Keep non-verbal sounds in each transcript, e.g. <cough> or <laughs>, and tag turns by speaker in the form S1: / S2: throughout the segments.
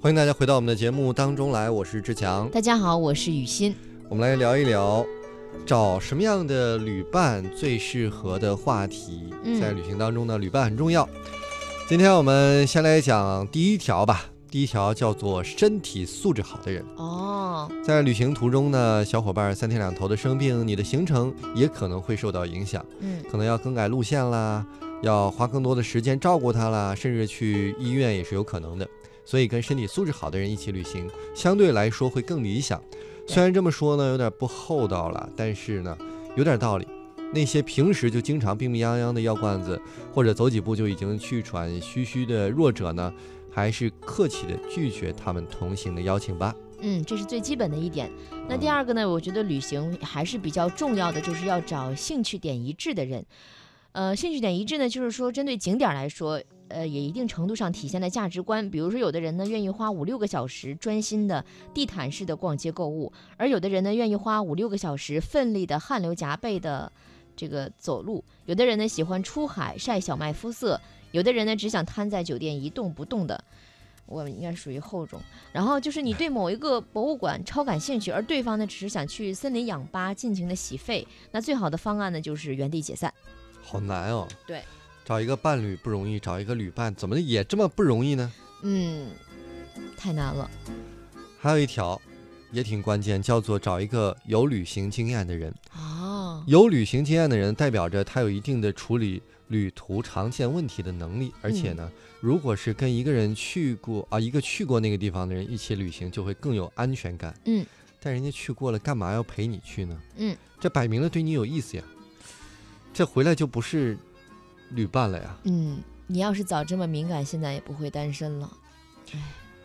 S1: 欢迎大家回到我们的节目当中来，我是志强。
S2: 大家好，我是雨欣。
S1: 我们来聊一聊，找什么样的旅伴最适合的话题。
S2: 嗯
S1: 在旅行当中呢，旅伴很重要。今天我们先来讲第一条吧，第一条叫做身体素质好的人。
S2: 哦，
S1: 在旅行途中呢，小伙伴三天两头的生病，你的行程也可能会受到影响，
S2: 嗯
S1: 可能要更改路线啦，要花更多的时间照顾他啦，甚至去医院也是有可能的。所以跟身体素质好的人一起旅行，相对来说会更理想。虽然这么说呢，有点不厚道了，但是呢，有点道理。那些平时就经常病病殃殃的药罐子，或者走几步就已经气喘吁吁的弱者呢，还是客气的拒绝他们同行的邀请吧。
S2: 嗯，这是最基本的一点。那第二个呢，我觉得旅行还是比较重要的，就是要找兴趣点一致的人。呃，兴趣点一致呢，就是说针对景点儿来说，呃，也一定程度上体现了价值观。比如说，有的人呢愿意花五六个小时专心的地毯式的逛街购物，而有的人呢愿意花五六个小时奋力的汗流浃背的这个走路，有的人呢喜欢出海晒小麦肤色，有的人呢只想瘫在酒店一动不动的。我们应该属于后种。然后就是你对某一个博物馆超感兴趣，而对方呢只是想去森林养八，尽情的洗肺。那最好的方案呢就是原地解散。
S1: 好难哦。
S2: 对，
S1: 找一个伴侣不容易，找一个旅伴怎么也这么不容易呢？
S2: 嗯，太难了。
S1: 还有一条也挺关键，叫做找一个有旅行经验的人。
S2: 哦，
S1: 有旅行经验的人，代表着他有一定的处理旅途常见问题的能
S2: 嗯
S1: 力。而且呢，如果是跟一个人去过啊，一个去过那个地方的人一起旅行，就会更有安全感。
S2: 嗯，
S1: 但人家去过了，干嘛要陪你去呢？
S2: 嗯，
S1: 这摆明了对你有意思呀。这回来就不是旅伴了呀。
S2: 嗯，你要是早这么敏感，现在也不会单身了。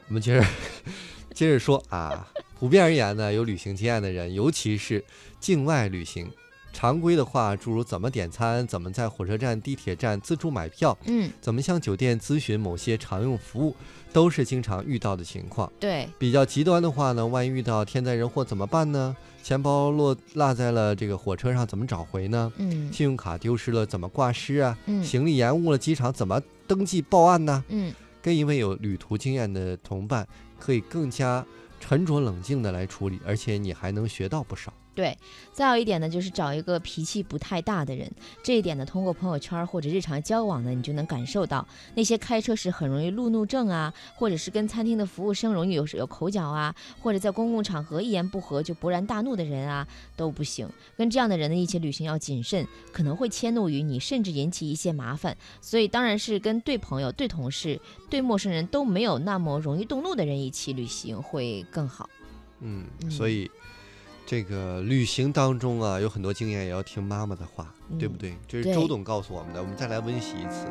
S1: 我们接着 <laughs> 接着说啊，普遍而言呢，有旅行经验的人，尤其是境外旅行，常规的话，诸如怎么点餐、怎么在火车站、地铁站自助买票、
S2: 嗯，
S1: 怎么向酒店咨询某些常用服务，都是经常遇到的情况。
S2: 对，
S1: 比较极端的话呢，万一遇到天灾人祸怎么办呢？钱包落落在了这个火车上，怎么找回呢？
S2: 嗯
S1: 信用卡丢失了怎么挂失啊？
S2: 嗯
S1: 行李延误了，机场怎么登记报案呢？
S2: 嗯
S1: 跟一位有旅途经验的同伴，可以更加沉着冷静的来处理，而且你还能学到不少。
S2: 对，再有一点呢，就是找一个脾气不太大的人。这一点呢，通过朋友圈或者日常交往呢，你就能感受到。那些开车时很容易路怒症啊，或者是跟餐厅的服务生容易有有口角啊，或者在公共场合一言不合就勃然大怒的人啊，都不行。跟这样的人呢一起旅行要谨慎，可能会迁怒于你，甚至引起一些麻烦。所以当然是跟对朋友、对同事、对陌生人都没有那么容易动怒的人一起旅行会更好。
S1: 嗯
S2: 嗯
S1: 所以这个旅行当中啊，有很多经验也要听妈妈的话，对不
S2: 嗯
S1: 对？这是
S2: 对
S1: 周董告诉我们的，我们再来温习一次。